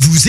Vous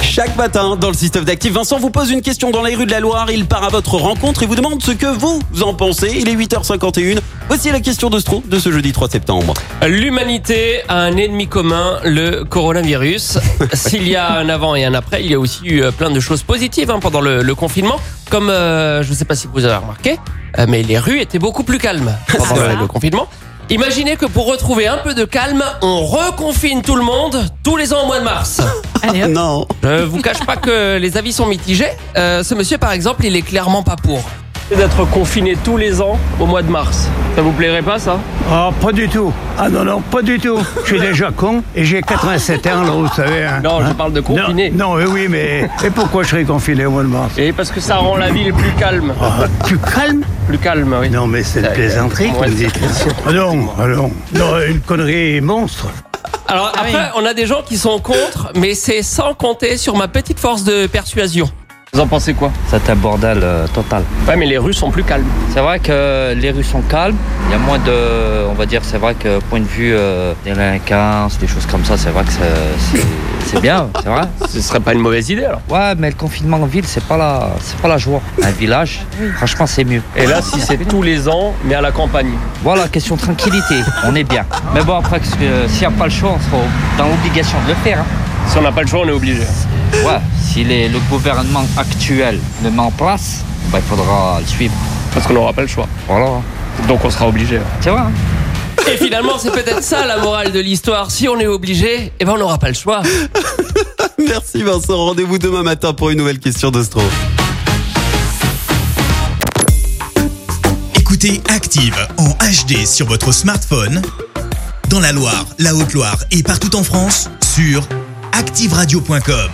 Chaque matin, dans le système d'actifs, Vincent vous pose une question dans les rues de la Loire. Il part à votre rencontre et vous demande ce que vous en pensez. Il est 8h51. Voici la question de Stro de ce jeudi 3 septembre. L'humanité a un ennemi commun, le coronavirus. S'il y a un avant et un après, il y a aussi eu euh, plein de choses positives hein, pendant le, le confinement. Comme, euh, je ne sais pas si vous avez remarqué, euh, mais les rues étaient beaucoup plus calmes pendant le, le confinement. Imaginez que pour retrouver un peu de calme, on reconfine tout le monde tous les ans au mois de mars. Ah non. Je vous cache pas que les avis sont mitigés. Euh, ce monsieur, par exemple, il est clairement pas pour. D'être confiné tous les ans au mois de mars. Ça vous plairait pas, ça Ah, pas du tout. Ah non, non, pas du tout. Je suis déjà con et j'ai 87 ans, là, vous savez. hein. Non, je parle de confiné. Non, non, oui, oui, mais et pourquoi je serais confiné au mois de mars Et parce que ça rend la ville plus calme. Ah, Tu calmes Plus calme, oui. Non, mais c'est une plaisanterie que Euh, Ouais. vous dites. Ah non, ah non. Non, une connerie monstre. Alors après, on a des gens qui sont contre, mais c'est sans compter sur ma petite force de persuasion. Vous en pensez quoi Ça un bordel euh, total. Ouais, mais les rues sont plus calmes. C'est vrai que les rues sont calmes. Il y a moins de, on va dire, c'est vrai que point de vue euh, délinquance, des choses comme ça, c'est vrai que c'est- c'est c'est bien, c'est vrai. Ce serait pas une mauvaise idée, alors. Ouais, mais le confinement en ville, c'est pas la, c'est pas la joie. Un village, franchement, c'est mieux. Et là, si c'est tous les ans, mais à la campagne. Voilà, question tranquillité, on est bien. Mais bon, après, parce que euh, s'il n'y a pas le choix, on sera dans l'obligation de le faire. hein. Si on n'a pas le choix, on est obligé. Ouais, si les- le gouvernement actuel le met en place, bah, il faudra le suivre. Parce qu'on n'aura pas le choix. Voilà, hein. Donc on sera obligé. c'est vrai. hein. Et finalement, c'est peut-être ça la morale de l'histoire. Si on est obligé, eh ben on n'aura pas le choix. Merci Vincent. Rendez-vous demain matin pour une nouvelle question de Stro. Écoutez Active en HD sur votre smartphone, dans la Loire, la Haute-Loire et partout en France, sur activeradio.com.